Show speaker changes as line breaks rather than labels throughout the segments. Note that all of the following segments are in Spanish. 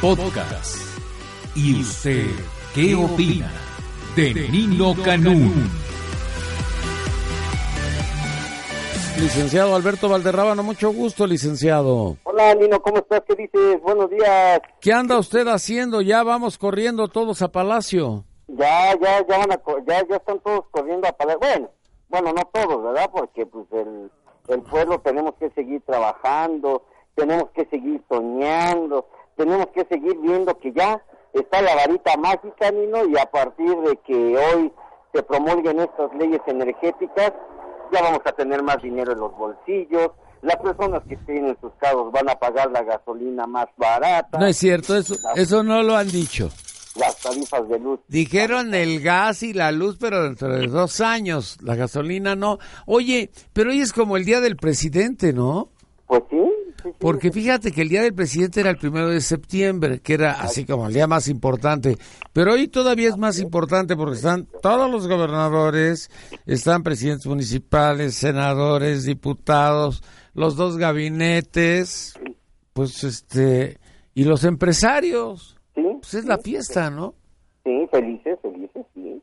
Podcast. ¿Y usted qué opina de Nino Canún?
Licenciado Alberto Valderrábano, mucho gusto, licenciado.
Hola, Nino, ¿cómo estás? ¿Qué dices? Buenos días.
¿Qué anda usted haciendo? Ya vamos corriendo todos a Palacio.
Ya, ya, ya van a, co- ya, ya están todos corriendo a Palacio. Bueno, bueno, no todos, ¿verdad? Porque pues el, el pueblo tenemos que seguir trabajando, tenemos que seguir soñando, tenemos que seguir viendo que ya está la varita mágica, Nino, y a partir de que hoy se promulguen estas leyes energéticas, ya vamos a tener más dinero en los bolsillos, las personas que tienen sus carros van a pagar la gasolina más barata,
No es cierto, eso, eso no lo han dicho.
las tarifas de luz
Dijeron el gas y la luz, pero dentro de dos años, la gasolina no. Oye, pero hoy es como el día del presidente, ¿no?
Pues sí, sí, sí.
Porque fíjate que el día del presidente era el primero de septiembre, que era así como el día más importante, pero hoy todavía es más importante porque están todos los gobernadores, están presidentes municipales, senadores, diputados, los dos gabinetes, pues este, y los empresarios.
sí,
Pues es la fiesta, ¿no?
sí, felices, felices, sí.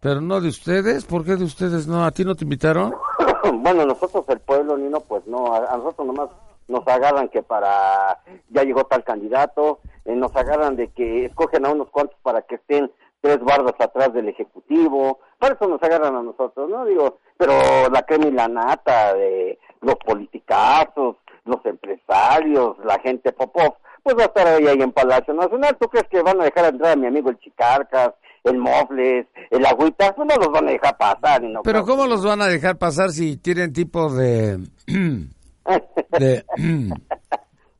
Pero no de ustedes, ¿por qué de ustedes no? ¿A ti no te invitaron?
bueno, nosotros el pueblo, Nino, pues no, a, a nosotros nomás nos agarran que para, ya llegó tal candidato, eh, nos agarran de que escogen a unos cuantos para que estén tres bardas atrás del Ejecutivo, para eso nos agarran a nosotros, ¿no? Digo, pero la crema y la nata de los politicazos, los empresarios, la gente popov, pues va a estar ahí, ahí en Palacio Nacional. ¿Tú crees que van a dejar entrar a mi amigo el Chicarcas, el Mofles, el Agüita? Pues no los van a dejar pasar. Nino,
Pero
claro.
¿cómo los van a dejar pasar si tienen tipo de... de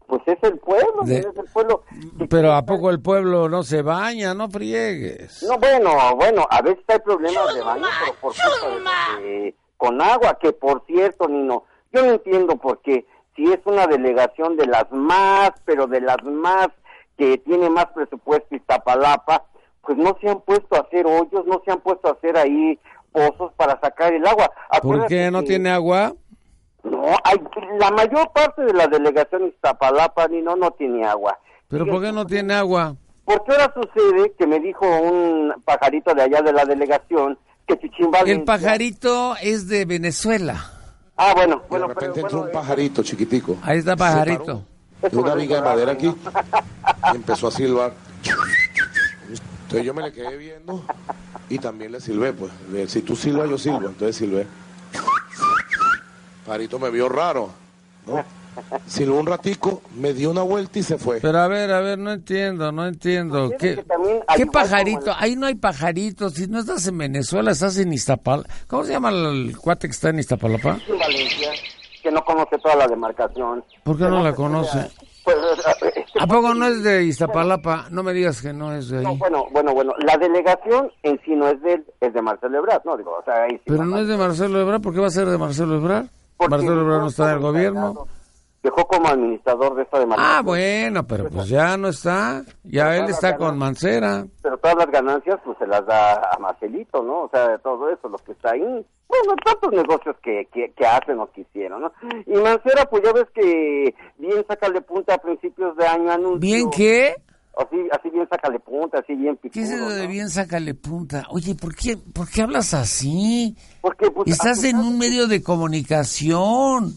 Pues es el pueblo,
De-
es el pueblo.
Pero ¿a poco el pueblo no se baña? No friegues.
No, bueno, bueno, a veces hay problemas de baño, pero por culpa de- de- con agua, que por cierto, Nino, yo no entiendo por qué, si es una delegación de las más, pero de las más, que tiene más presupuesto Iztapalapa, pues no se han puesto a hacer hoyos, no se han puesto a hacer ahí pozos para sacar el agua.
¿Por qué
Acuérdate
no
pues, que-
tiene agua?
No, hay, la mayor parte de la delegación Iztapalapa, Nino, no tiene agua.
¿Pero
Fíjate,
por qué no tiene agua?
Porque ahora sucede que me dijo un pajarito de allá de la delegación que Chichín Valencia...
El pajarito es de Venezuela.
Ah, bueno,
De
bueno, pero,
repente entró
bueno,
un
eh,
pajarito chiquitico.
Ahí está pajarito.
De una viga de madera aquí. Y empezó a silbar. Entonces yo me le quedé viendo y también le silbé, pues. Le- Si tú silbas, yo silbo. Entonces silbé. Pajarito me vio raro. ¿no? Silbó un ratico, me dio una vuelta y se fue.
Pero a ver, a ver, no entiendo, no entiendo.
Fíjate
¿Qué,
Pues que también, al
qué
igual
pajarito?
como el-
Ahí no hay pajaritos. Si no estás en Venezuela, estás en Iztapalapa. ¿Cómo se llama el cuate que está en Iztapalapa?
Chichín Valencia, que no conoce toda la demarcación.
¿Por qué
Que
no la
se-
conoce?
Pues, eh, eh,
¿A poco no es de Iztapalapa? No me digas que no es de
no, pues,
ahí.
bueno, bueno, bueno, la delegación en sí no es de él, es de Marcelo Ebrard, ¿no? Digo, o sea, ahí sí
Pero
mamá.
no es de Marcelo Ebrard. ¿Por qué va a ser de Marcelo Ebrard?
Porque
Marcelo Ebrard no está en el
como
gobierno.
encargado, Dejó como administrador de esta demarcación.
Ah, bueno, pero pues ya no está. Ya él está con Mancera.
pero todas las ganancias pues se las da a Marcelito, ¿no? O sea, de todo eso, lo que está ahí. Bueno, tantos negocios que, que, que hacen o que hicieron, ¿no? Y Mancera, pues ya ves que bien sácale punta a principios de año anunció.
¿Bien qué?
Así, así bien sácale punta, así bien
¿Qué es
picudo,
eso de
¿no?
bien sácale punta? Oye, ¿por qué, ¿por qué hablas así?
Porque, pues,
Estás
a-
en un medio de comunicación.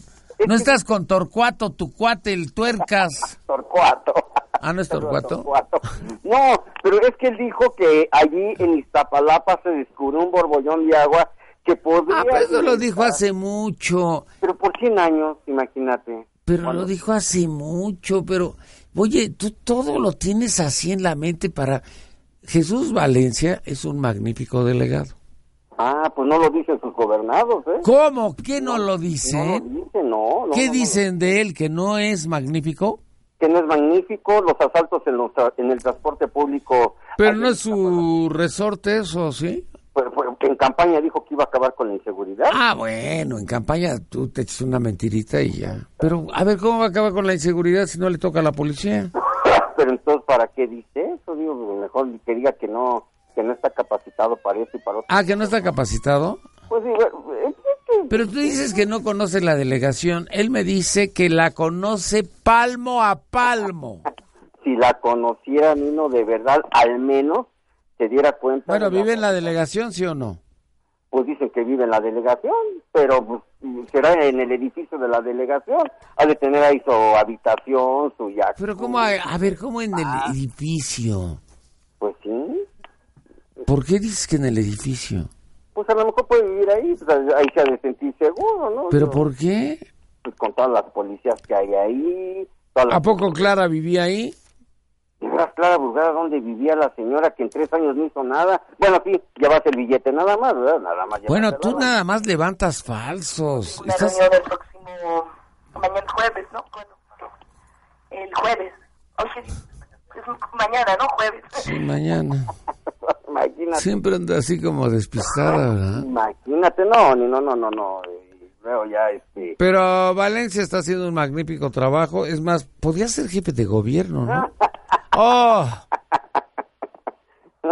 No estás con Torcuato, tu cuate, el tuercas.
Torcuato.
Ah, ¿no es Torcuato?
No, pero es que él dijo que allí en Iztapalapa se descubrió un borbollón de agua que podría...
Ah, pero eso lo
alimentar-
dijo hace mucho.
Pero por 100 años, imagínate.
Pero
Bueno,
lo dijo hace mucho, pero oye, tú todo lo tienes así en la mente para... Jesús Valencia es un magnífico delegado.
Ah, pues no lo dicen sus gobernados, ¿eh?
¿Cómo? ¿Qué no lo
No lo
dicen?
dicen, no. no,
¿Qué
no, no.
dicen de él que no es magnífico?
Que no es magnífico los asaltos en, los tra- en el transporte público.
Pero
Ayer
no es
en
su
Iztapalapa.
resorte eso, ¿sí?
Pero fue- que en campaña dijo que iba a acabar con la inseguridad.
Ah, bueno, en campaña tú te echas una mentirita y ya. Pero a ver, ¿cómo va a acabar con la inseguridad si no le toca a la policía?
Pero entonces, ¿para qué dice eso? Digo, pues, mejor que diga que no, que no está capacitado para eso y para otro.
Ah, que no está capacitado.
Pues digo, es que-
Pero tú dices que no conoce la delegación. Él me dice que la conoce palmo a palmo.
si la conociera Nino de verdad, al menos se diera cuenta.
Bueno,
de
¿vive en la delegación, sí o no?
Pues dicen que vive en la delegación, pero pues, será en el edificio de la delegación. Ha de tener ahí su habitación, su yacht.
Pero ¿cómo? A, a ver, ¿cómo en
Ah.
el edificio?
Pues sí.
¿Por qué dices que en el edificio?
Pues a lo mejor puede vivir ahí, pues, ahí se ha de sentir seguro, ¿no?
¿Pero
Yo-
por qué?
pues, con todas las policías que hay ahí. todas las-
¿A poco Clara vivía ahí?
Y verás, Clara Burgada, ¿dónde vivía la señora que en tres años no hizo nada? Bueno, sí, llevas el billete nada más, ¿verdad? Nada más.
Bueno,
llevaste
tú
lana.
nada más levantas falsos.
una
Estás...
reunión el próximo mañana jueves, ¿no? Bueno, el jueves. Oye, es mañana, ¿no? Jueves.
Sí, mañana.
Imagínate,
Siempre anda así como despistada, ¿verdad?
imagínate, no, ni- no, no, no, no. eh, Veo ya, este.
Pero Valencia está haciendo un magnífico trabajo. Es más, podría ser jefe de gobierno, ¿no? ¡Oh!
no,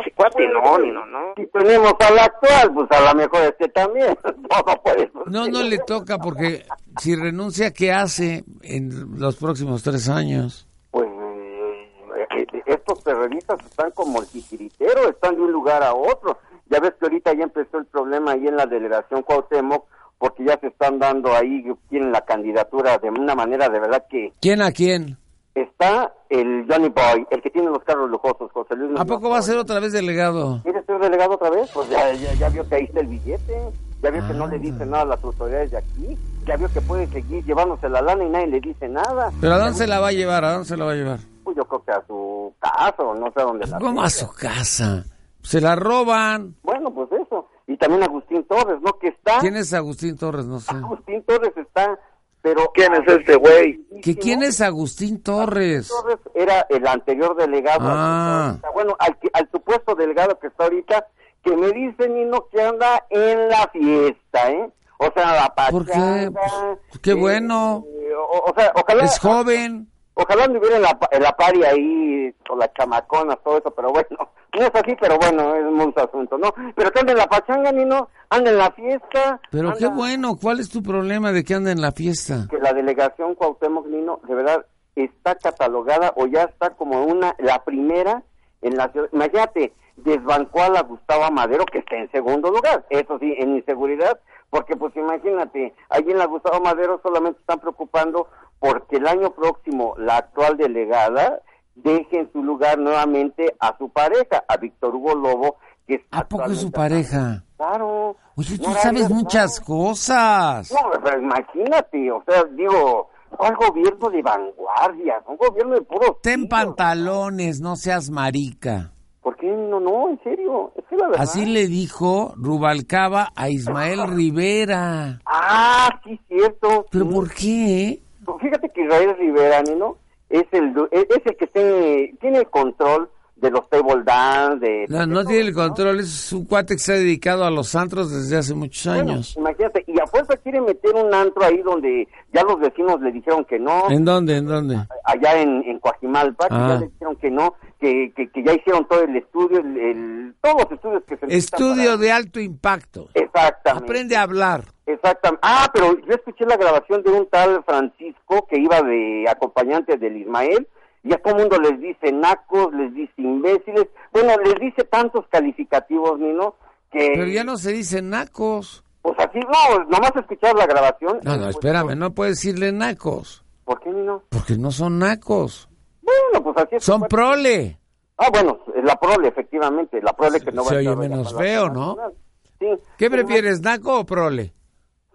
ese cuate no, ni- no, no. Si tenemos al actual, pues a lo mejor este también. No, no puede ser.
No, no le toca porque si renuncia, ¿qué hace en los próximos tres años?
Pues eh, eh, estos terroristas están como el titiritero, están de un lugar a otro. Ya ves que ahorita ya empezó el problema ahí en la delegación Cuauhtémoc, porque ya se están dando ahí, tienen la candidatura de una manera de verdad que
¿Quién a quién?
está el Johnny Boy, el que tiene los carros lujosos, José Luis.
¿A
Muñoz
poco va a
Boy.
ser otra vez delegado?
¿Quieres ser delegado otra vez? Pues ya, ya, ya vio que ahí está el billete, ya vio que no le
Ah.
dice nada a las autoridades de aquí, ya vio que puede seguir llevándose la lana y nadie le dice nada.
¿Pero a dónde se la va a llevar? ¿A dónde se la va a llevar?
Pues yo creo que a su casa o no sé a dónde la
¿Cómo a su casa? Se la roban.
Bueno, pues eso. Y también Agustín Torres, ¿no? Que está.
¿Quién es Agustín Torres? No sé.
¿Ah? Agustín Torres está, pero.
¿Quién es este güey?
¿Que ¿Quién es Agustín Torres?
Torres era el anterior delegado.
Ah.
al que está ahorita. Bueno, al, que- al supuesto delegado que está ahorita, que me dice Nino que anda en la fiesta, ¿eh? O sea, la
¿Por qué?
pachanga,
Pues, qué bueno.
eh, o, o sea, ojalá.
Es joven.
Ojalá me hubiera en la, en la pari ahí, o las chamaconas, todo eso, pero bueno, no es así, pero bueno, es mucho asunto, ¿no? Pero que anda en la pachanga, Nino, anda en la fiesta.
Pero qué
anda-
bueno. ¿Cuál es tu problema de que anda en la fiesta?
que la delegación Cuauhtémoc Nino de verdad está catalogada o ya está como una la primera en la ciudad. Imagínate, desbancó a la Gustavo Madero que está en segundo lugar, eso sí, en inseguridad, porque pues imagínate, allí en la Gustavo Madero solamente están preocupando porque el año próximo la actual delegada deje en su lugar nuevamente a su pareja, a Víctor Hugo Lobo, que es
¿A poco es su
actualmente-
pareja?
Claro.
Oye, tú
Moravia,
sabes muchas
claro.
cosas.
No, pero imagínate, o sea, digo, un gobierno de vanguardia, un gobierno de puro.
Ten pantalones, no seas marica.
¿Por qué no, no? En serio, es que la verdad.
Así le dijo Rubalcaba a Ismael Rivera.
Ah, sí, cierto.
¿Pero
Sí.
por qué?
Fíjate que Israel Rivera, ¿no? Es el, du- es es el que tiene, tiene el control de los table dance, de...
No, no tiene el control. Es un cuate que se ha dedicado a los antros desde hace muchos
Bueno,
años.
imagínate, y a fuerza quiere meter un antro ahí donde ya los vecinos le dijeron que no. Ah,
¿En dónde? ¿En dónde?
allá en, en Coajimalpa, que
Ah.
ya le dijeron que no, que, que, que ya hicieron todo el estudio, el, el- todos los estudios que se necesitan
Estudio
para-
de alto impacto.
Eh, Exactamente.
Aprende a hablar.
Exactamente. Ah, pero yo escuché la grabación de un tal Francisco que iba de acompañante del Ismael, y a todo el mundo les dice nacos, les dice imbéciles, bueno, les dice tantos calificativos, Nino, que...
Pero ya no se dicen nacos.
Pues así, no, nomás escuchar la grabación...
No, no,
pues,
espérame, no puedes decirle nacos.
¿Por qué, Nino?
Porque no son nacos.
Bueno, pues así es.
Son prole.
Ah, bueno, la prole, efectivamente, la prole que no va
Se
a
oye
estar en la
menos
Palacio
feo, ¿no?
Nacional. Sí.
¿Qué
Es más,
prefieres, naco o prole?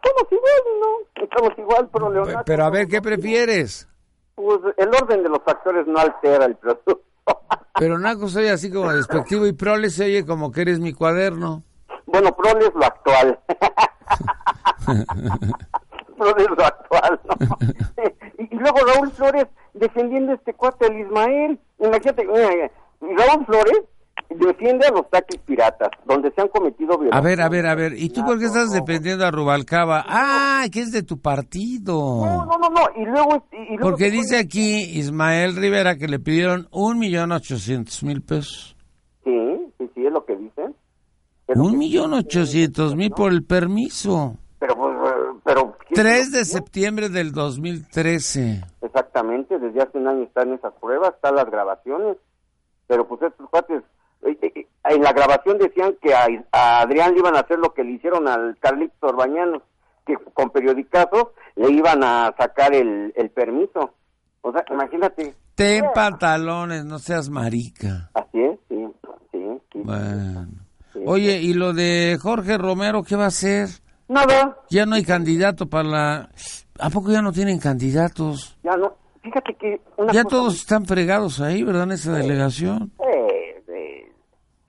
Estamos igual, ¿no? Estamos igual, pero Leonardo...
Pero a ver, ¿qué prefieres?
Pues el orden de los factores no altera el producto.
Pero naco se oye así como despectivo y prole se oye como que eres mi cuaderno.
bueno, prole es lo actual. prole es lo actual, ¿no? y, y luego Raúl Flores defendiendo a este cuate, el Ismael. Imagínate, mira, y Raúl Flores defiende a los taxis piratas, donde se han cometido violaciones.
A ver, a ver, a ver. ¿Y tú por qué estás dependiendo
dependiendo?
a Rubalcaba? Ah, que es de tu
No,
partido.
no, no, no. Y luego. Y, y luego
Porque
se
dice aquí Ismael Rivera que le pidieron un millón ochocientos mil pesos.
pone- Sí, sí, sí, es lo que dicen. Es lo
Un
que
millón
dicen.
ochocientos mil por el permiso.
Pero, pues, eh, pero. ¿quién
3
lo
de
pidió?
septiembre del 2013.
Exactamente. Exactamente, desde hace un año están esas pruebas, están las grabaciones, pero pues estos cuates, eh, eh, en la grabación decían que a, a Adrián le iban a hacer lo que le hicieron al Carlitos Orbañanos, que con periodicazos le iban a sacar el, el permiso. O sea, imagínate.
Ten
Oh.
pantalones, no seas marica.
Así es, sí, sí, sí.
Bueno. Oye, ¿y lo de Jorge Romero qué va a hacer?
No veo,
Ya no hay candidato para la... ¿A poco ya no tienen candidatos?
ya no. Fíjate que una
Ya
cosa-
todos están fregados ahí, ¿verdad? En esa delegación.
Sí, sí, Eh,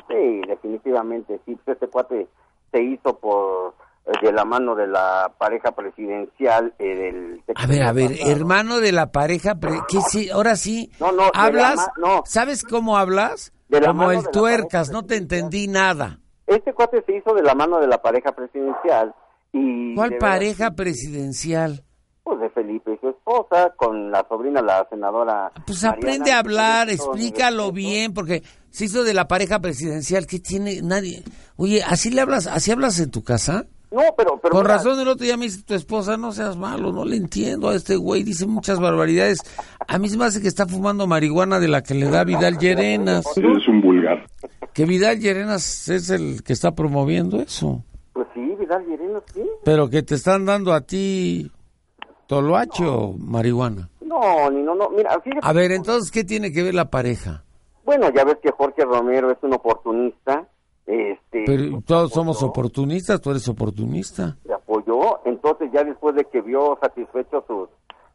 sí, definitivamente, sí, pues este cuate se hizo por eh, de la mano de la pareja presidencial eh, del
A ver, a ver,
pasado.
hermano de la pareja, pre- ¿qué sí? Ahora sí,
No, no, de la
hablas,
ma- no.
¿sabes cómo hablas?
De la
Como
mano
el
de la
tuercas,
pareja
no te entendí nada.
Este cuate se hizo de la mano de la pareja presidencial y de
¿Cuál
veras,
pareja presidencial?
pues de Felipe y su esposa con la sobrina la senadora
Pues
Mariana,
aprende a hablar,
con todo mi
explícalo
respeto.
bien, porque se hizo de la pareja presidencial, ¿qué tiene nadie? Oye, ¿así le hablas, así hablas en tu casa?
No, pero pero
Con
mira,
razón el otro día me dice tu esposa, no seas malo, no le entiendo a este güey, dice muchas barbaridades. A mí se me hace que está fumando marihuana de la que le da Vidal Llerenas.
Eres un vulgar.
Que Vidal Llerenas es el que está promoviendo eso.
Pues sí, Vidal Llerenas, sí.
Pero que te están dando a ti toloache o marihuana.
No, ni no, no. Mira, fíjate.
A ver, entonces, ¿qué tiene que ver la pareja?
Bueno, ya ves que Jorge Romero es un oportunista. Este,
Pero todos somos oportunistas, tú eres oportunista.
le apoyó. Entonces, ya después de que vio satisfechos sus,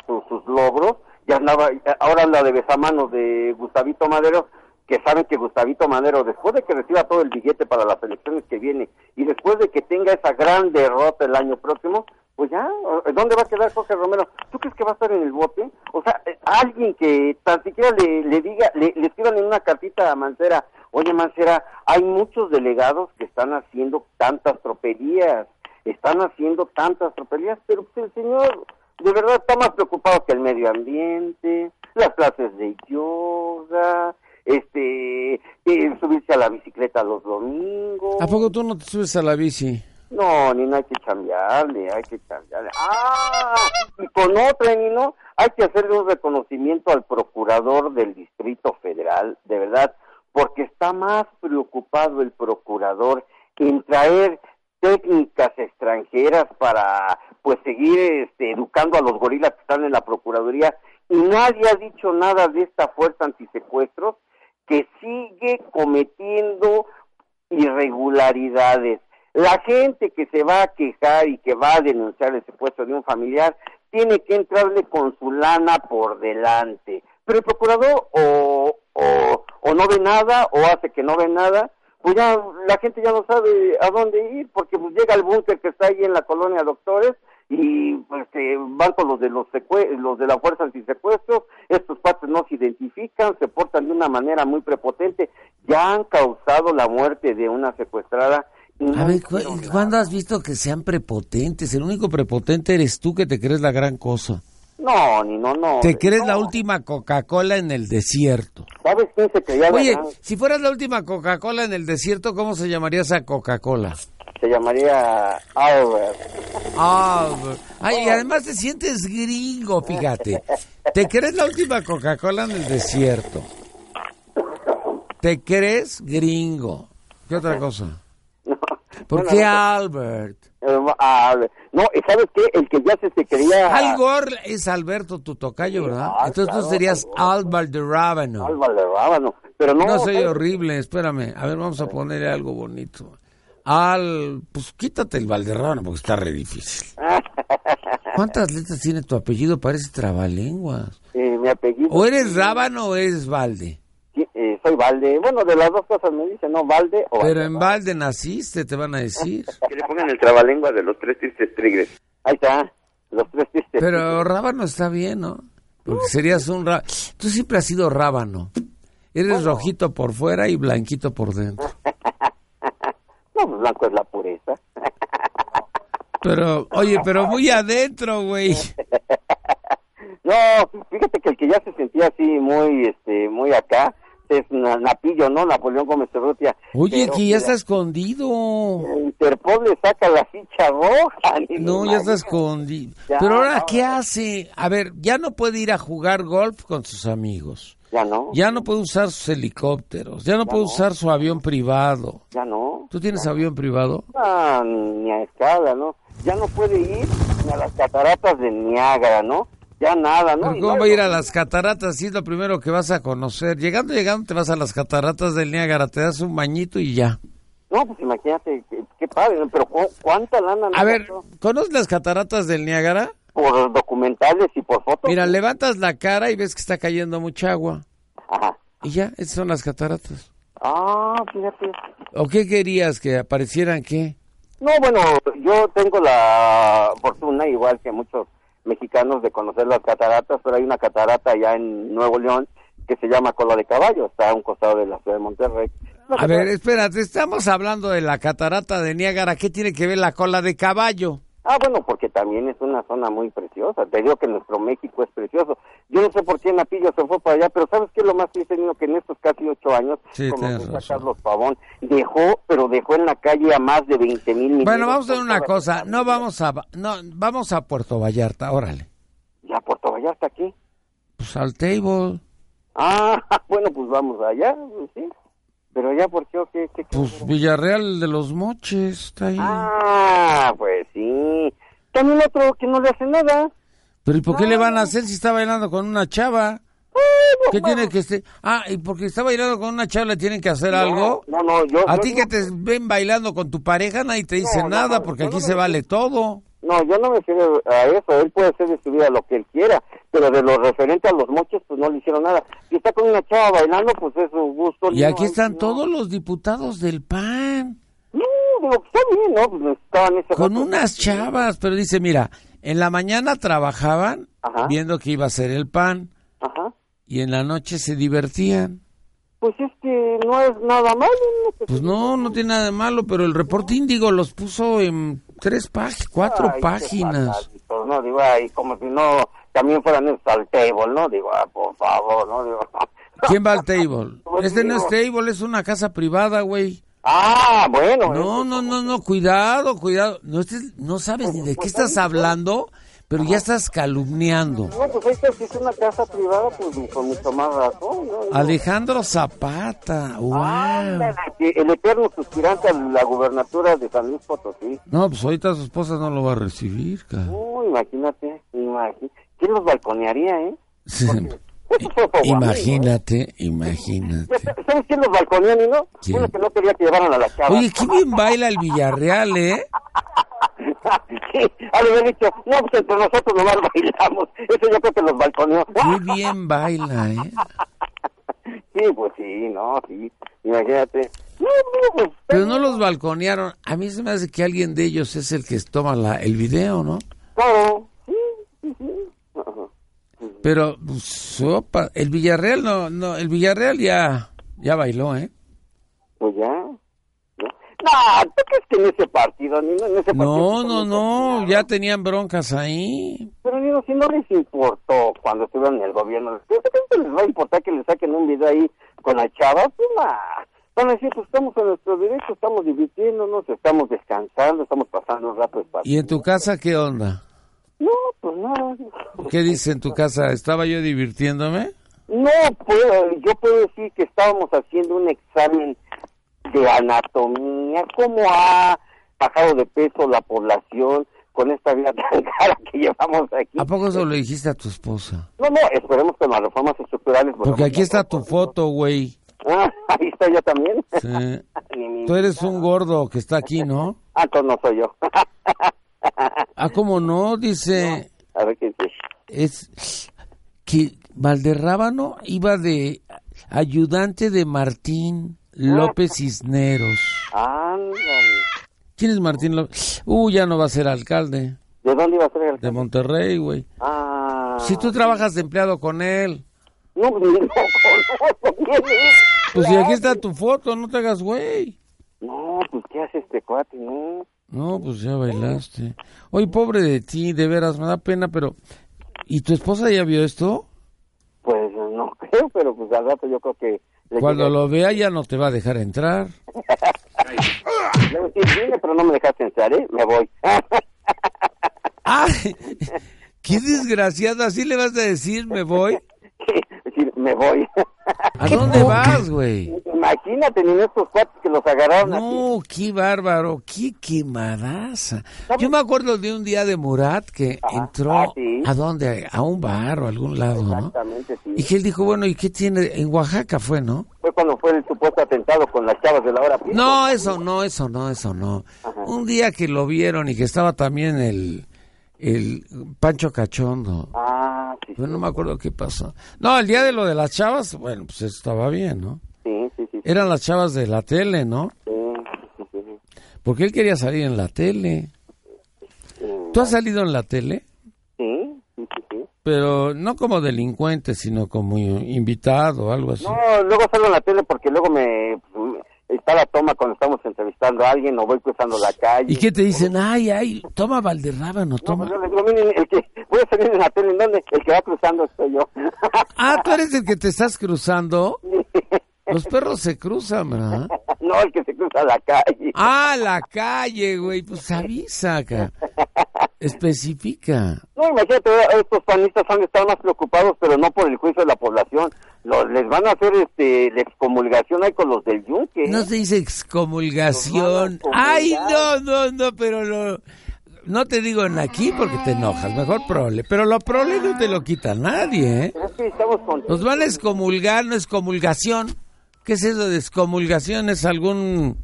sus, sus logros, ya andaba, ahora la de besamanos de Gustavito Madero, que saben que Gustavito Madero, después de que reciba todo el billete para las elecciones que viene y después de que tenga esa gran derrota el año próximo, pues ya, ¿dónde va a quedar Jorge Romero? ¿Tú crees que va a estar en el bote? O sea, eh, alguien que tan siquiera le, le diga, le, le escriban en una cartita a Mancera, oye Mancera, hay muchos delegados que están haciendo tantas tropelías, están haciendo tantas tropelías, pero pues, el señor de verdad está más preocupado que el medio ambiente, las clases de yoga, este, eh, subirse a la bicicleta los domingos.
¿A poco tú no te subes a la bici?
No, ni hay que cambiarle, hay que cambiarle. Ah, y con otra, Nino, hay que hacerle un reconocimiento al procurador del Distrito Federal, de verdad, porque está más preocupado el procurador en traer técnicas extranjeras para pues seguir este, educando a los gorilas que están en la Procuraduría y nadie ha dicho nada de esta fuerza antisecuestros que sigue cometiendo irregularidades. La gente que se va a quejar y que va a denunciar el secuestro de un familiar tiene que entrarle con su lana por delante. Pero el procurador o, o, o no ve nada o hace que no ve nada, pues ya la gente ya no sabe a dónde ir porque pues llega el búnker que está ahí en la colonia Doctores y pues eh, van con los de los secue- los de la fuerza antisecuestros, estos cuates no se identifican, se portan de una manera muy prepotente, ya han causado la muerte de una secuestrada y
A
no
ver, ¿cu-
hicieron nada.
¿cuándo has visto que sean prepotentes? El único prepotente eres tú que te crees la gran cosa.
no ni no no
Te crees la
no.
última Coca-Cola en el desierto.
sabes quién se creía la
Oye,
gran?
si fueras la última Coca-Cola en el desierto, ¿cómo se llamaría esa Coca-Cola?
se llamaría Albert
Ah, ay, y además te sientes gringo, fíjate. Te crees la última Coca-Cola en el desierto. Te crees gringo. ¿Qué otra cosa?
No.
¿Por
Bueno,
qué
no,
Albert?
eh, Albert. no y sabes qué el que ya se, se creía
Al Gore es Alberto tu tocayo, ¿verdad?
ah,
Entonces tú
claro,
serías Albert de Rábano.
Álvaro de Rábano, pero no
No soy
¿sabes?
horrible, espérame. A ver, vamos a ponerle algo bonito. Al, pues quítate el Valderrama porque está re difícil. ¿Cuántas letras tiene tu apellido? Parece trabalenguas.
Eh, mi apellido
O eres Rábano o eres Valde.
Sí, eh, soy Valde. Bueno, de las dos cosas me dicen, ¿no? Valde o
Pero
Valde,
en
¿no?
Valde naciste, te van a decir.
Que le pongan el trabalengua de los tres tristes tigres. Ahí está, los tres tristes
Pero Rábano está bien, ¿no? Porque serías un Rábano. Tú siempre has sido Rábano. Eres rojito por fuera y blanquito por dentro.
No, pues blanco es la pureza.
Pero, oye, pero muy adentro, güey.
No, fíjate que el que ya se sentía así muy, este, muy acá, este es Na- Napillo, ¿no? Napoleón Gómez Urrutia.
Oye,
Pero,
que ya
mira,
está escondido.
el Interpol le saca la ficha roja. ni
No,
me
ya está
imagino.
escondido.
Ya,
Pero ahora,
no,
¿qué
ya.
hace? A ver, ya no puede ir a jugar golf con sus amigos.
Ya no,
Ya no puede usar sus helicópteros. Ya no puede usar su avión privado.
ya no.
¿Tú tienes avión privado?
Ah, ni a escala, ¿no? Ya no puede ir ni a las cataratas de Niágara, ¿no? Ya nada, ¿no?
Pero
Y
¿Cómo
luego-
va a ir a las cataratas si es lo primero que vas a conocer? Llegando, llegando, te vas a las cataratas del Niágara, te das un bañito y ya.
No, pues imagínate, qué, qué padre, ¿no? pero cu- ¿cuánta lana? no
A ver,
gastó?
¿conoces las cataratas del Niágara?
Por documentales y por fotos.
Mira, levantas la cara y ves que está cayendo mucha agua.
Ajá.
Y ya, esas son las cataratas.
Ah, fíjate.
¿O qué querías? ¿Que aparecieran qué?
No, bueno, yo tengo la fortuna, igual que muchos mexicanos, de conocer las cataratas, pero hay una catarata allá en Nuevo León que se llama Cola de Caballo, está a un costado de la ciudad de Monterrey. No, pues,
A ver, espérate, estamos hablando de la catarata de Niágara. ¿Qué tiene que ver la cola de caballo?
Ah, bueno, porque también es una zona muy preciosa. Te digo que nuestro México es precioso. Yo no sé por qué Napillo se fue para allá, pero ¿sabes qué es lo más triste, niño? Que en estos casi ocho años,
Sí,
como
tienes
decía
razón.
Carlos Pavón, dejó, pero dejó en la calle a más de 20 mil mineros.
Bueno, vamos a hacer
por
una
todas
cosa.
las
No
familias.
vamos a, no, vamos a Puerto Vallarta, órale.
¿Ya Puerto Vallarta aquí?
Pues al table.
Ah, bueno, pues vamos allá, sí. Pero allá, ¿por qué? o ¿Qué, qué, qué?
Pues Villarreal de los Moches está ahí.
Ah, pues sí. También otro que no le hace nada.
Pero ¿y por qué le van a hacer si está bailando con una chava? ¿Qué tiene que este? Ah, y porque está bailando con una chava le tienen que hacer algo.
No, no, yo...
A
yo
ti
no-
que te ven bailando con tu pareja nadie te dice
No, no,
nada
no,
porque
yo
aquí
no
se
me-
vale todo.
No, yo no me refiero a eso. Él puede hacer de su vida lo que él quiera, pero de lo referente a los mochos, pues no le hicieron nada. Si está con una chava bailando, pues es su gusto.
Y
no,
aquí
ahí
están
no.
todos los diputados del PAN
No, digo, está bien, ¿no? Pues necesitaban ese
con
rato.
unas chavas, pero dice, mira, en la mañana trabajaban
Ajá.
viendo que iba a ser el PAN
Ajá.
y en la noche se divertían.
Pues es que no es nada malo. ¿no? Que-
Pues no, no tiene nada de malo, pero el reporte índigo los puso en tres páginas, cuatro
Ay, qué
páginas.
pataditos, no, digo, ay, como si no también fueran esos al table, ¿no? Digo, ah, por favor, ¿no? Digo,
¿Quién va al table?
Pues
Este no
digo,
es table, es una casa privada, güey.
Ah, bueno.
No,
este-
no, no, no, cuidado, cuidado. No, estés- no sabes ni de qué estás hablando, pero ya estás calumniando.
No, pues esta si es una casa privada, pues con mucho más razón, ¿no? Digo,
Alejandro Zapata, wow.
Ándale, que El eterno suspirante a la gubernatura de San Luis Potosí.
No, pues ahorita su esposa no lo va a recibir, cabrón.
Uh, imagínate, imagínate. ¿Quién los balconearía, eh? Eso fue guapo,
Imagínate,
¿no?
imagínate.
¿Sabes quién los balconea, no?
¿Quién?
Uno que no quería que llevaran a la chava.
Oye, qué bien baila el Villarreal, ¿eh?
sí, ha de haber dicho, no, pues entre nosotros nomás bailamos. Eso yo creo que los balconeó. Ah,
Qué bien baila, ¿eh?
sí, pues sí, no, sí. Imagínate. No, no, pues,
Pero no los balconearon. A mí se me hace que alguien de ellos es el que toma la, el video, ¿no?
claro. Sí, sí, sí. Ajá.
Pero, pues, sopa, el Villarreal no, no, el Villarreal ya, ya bailó, ¿eh?
Pues ya. ¿no? No, ¿tú crees que en ese partido? Ni, en ese partido
No, no, no, ya tenían broncas ahí.
Pero digo, si no les importó cuando estuvieron en el gobierno, ¿tú crees que les va a importar que le saquen un video ahí con la chava? Pues nah. Van a decir, pues estamos en nuestro derecho, estamos divirtiéndonos, estamos descansando, estamos pasando un rato espacio.
¿Y en tu casa qué onda?
No, pues nada.
¿Qué dice en tu casa? ¿Estaba yo divirtiéndome?
No, puedo, yo puedo decir que estábamos haciendo un examen de anatomía, cómo ha bajado de peso la población con esta vida tan cara que llevamos aquí.
¿A poco eso lo dijiste a tu esposa?
No, no, esperemos con las reformas estructurales.
Porque aquí está tu foto, güey.
Ah, ahí está yo también.
Sí.
Ni mi-
Tú eres un gordo que está aquí, ¿no?
Ah, entonces no soy yo.
Ah, ¿cómo no? Dice,
A ver qué dice.
es que Valderrábano iba de ayudante de Martín López Cisneros.
Ándale.
¿Quién es Martín López? Uh, ya no va a ser alcalde
¿De dónde iba a ser
de
el
Monterrey, güey.
Ah.
Si tú trabajas de empleado con él.
No, pues, ni lo conozco. ¿Quién es?
Pues si aquí está tu foto, no te hagas güey.
No, pues ¿qué hace este cuate? No.
No, pues ya bailaste. Oye, pobre de ti, de veras, me da pena, pero... ¿Y tu esposa ya vio esto?
Pues no creo, pero pues al rato yo creo que Le
Cuando
dije,
lo vea ya no te va a dejar entrar.
le voy a decir, "Vine, pero no me dejaste entrar, ¿eh? Me voy.
¡Ay! ¡Qué desgraciado! ¿Así le vas a decir me voy?
Sí, me voy.
¿A dónde vas, güey?
Imagínate, ni estos cuates que los agarraron así.
No, qué bárbaro, qué quemadaza. Yo me acuerdo de un día de Murat que
pues Ajá, ah,
entró
sí.
a dónde, a un bar o a algún lado, ¿no?
Exactamente, sí.
Y que él dijo, bueno, ¿y qué tiene? En Oaxaca fue, ¿no?
Fue cuando fue el supuesto atentado con las chavas de la hora. pico.
No, eso no, eso no, eso no. Un día que lo vieron y que estaba también el, el Pancho Cachondo.
Ah, sí,
Yo no me acuerdo qué pasó. No, el día de lo de las chavas, bueno, pues eso estaba bien, ¿no?
sí, sí, sí. sí,
Eran las chavas de la tele, ¿no?
sí, sí, sí.
Porque él quería salir en la tele. ¿Tú has salido en la tele?
Sí, sí, sí, sí.
Pero no como delincuente, sino como invitado o algo así.
No, luego salgo en la tele porque luego me está la toma cuando estamos entrevistando a alguien o voy cruzando la calle.
¿Y qué te dicen? Ay, ay, toma Valderrábano,
No, pues
toma.
yo le digo, miren, el que voy a salir en la tele, ¿en dónde? El que va cruzando estoy yo.
Ah, tú eres el que te estás cruzando. Los perros se cruzan, ¿verdad?
no, el que se cruza la calle.
Ah, la calle, güey. Pues avisa acá. Especifica.
No, imagínate, estos panistas han estado más preocupados, pero no por el juicio de la población. Los, les van a hacer este, la excomulgación ahí con los del yunque. ¿eh?
No se dice excomulgación. Ay, no, no, no, pero lo... No te digo en aquí porque te enojas, mejor prole. Pero lo prole no te lo quita nadie, ¿eh?
Pero es que estamos con...
Nos van a excomulgar, no excomulgación. ¿Qué es eso de excomulgación? ¿Es algún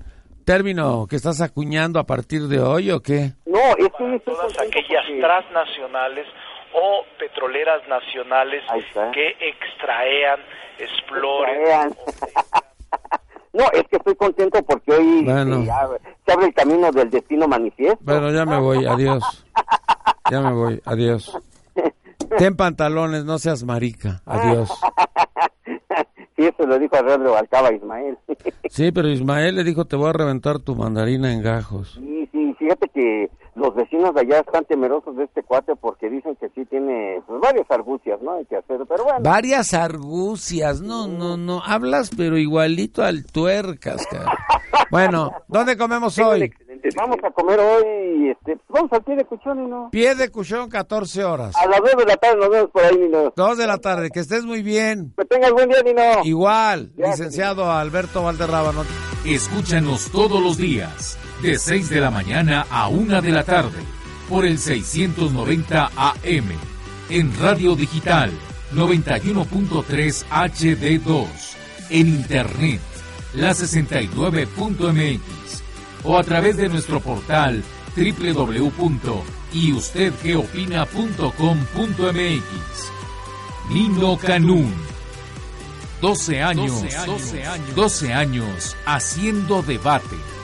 término que estás acuñando a partir de hoy o qué?
No, es que... pues, es
todas
un- este,
aquellas
porque-
transnacionales o petroleras nacionales
Ahí está.
que extraean, exploren,
Vean. No, es que estoy contento porque hoy
Bueno.
eh, ab- se abre el camino del destino manifiesto.
Bueno, ya me voy, adiós. Ya me voy, adiós. Ten pantalones, no seas marica, adiós.
sí, eso lo dijo Alfredo Balcaba Ismael.
Sí, pero Ismael le dijo, te voy a reventar tu mandarina en gajos.
y sí, fíjate que los vecinos de allá están temerosos de este cuate porque dicen que sí tiene pues, varias argucias, ¿no? Hay que hacer, pero bueno.
Varias argucias, no, no, no, hablas pero igualito al tuercas, cara. Bueno, ¿dónde comemos hoy?
Vamos a comer hoy, este, pues, vamos al pie de cuchón y no.
Pie de cuchón, 14 horas.
A las nueve de la tarde nos vemos por ahí, Nino.
Dos de la tarde, que estés muy bien.
Que tengas buen día, Nino.
Igual,
Gracias.
licenciado Alberto Valderrábano.
Escúchanos todos los días, de 6 de la mañana a 1 de la tarde, por el 690 AM, en Radio Digital 91.3 HD2, en Internet, la 69.mx, o a través de nuestro portal www.yustedgeopina.com.mx. Nino Canún. 12 años, 12 años, 12 años haciendo debate.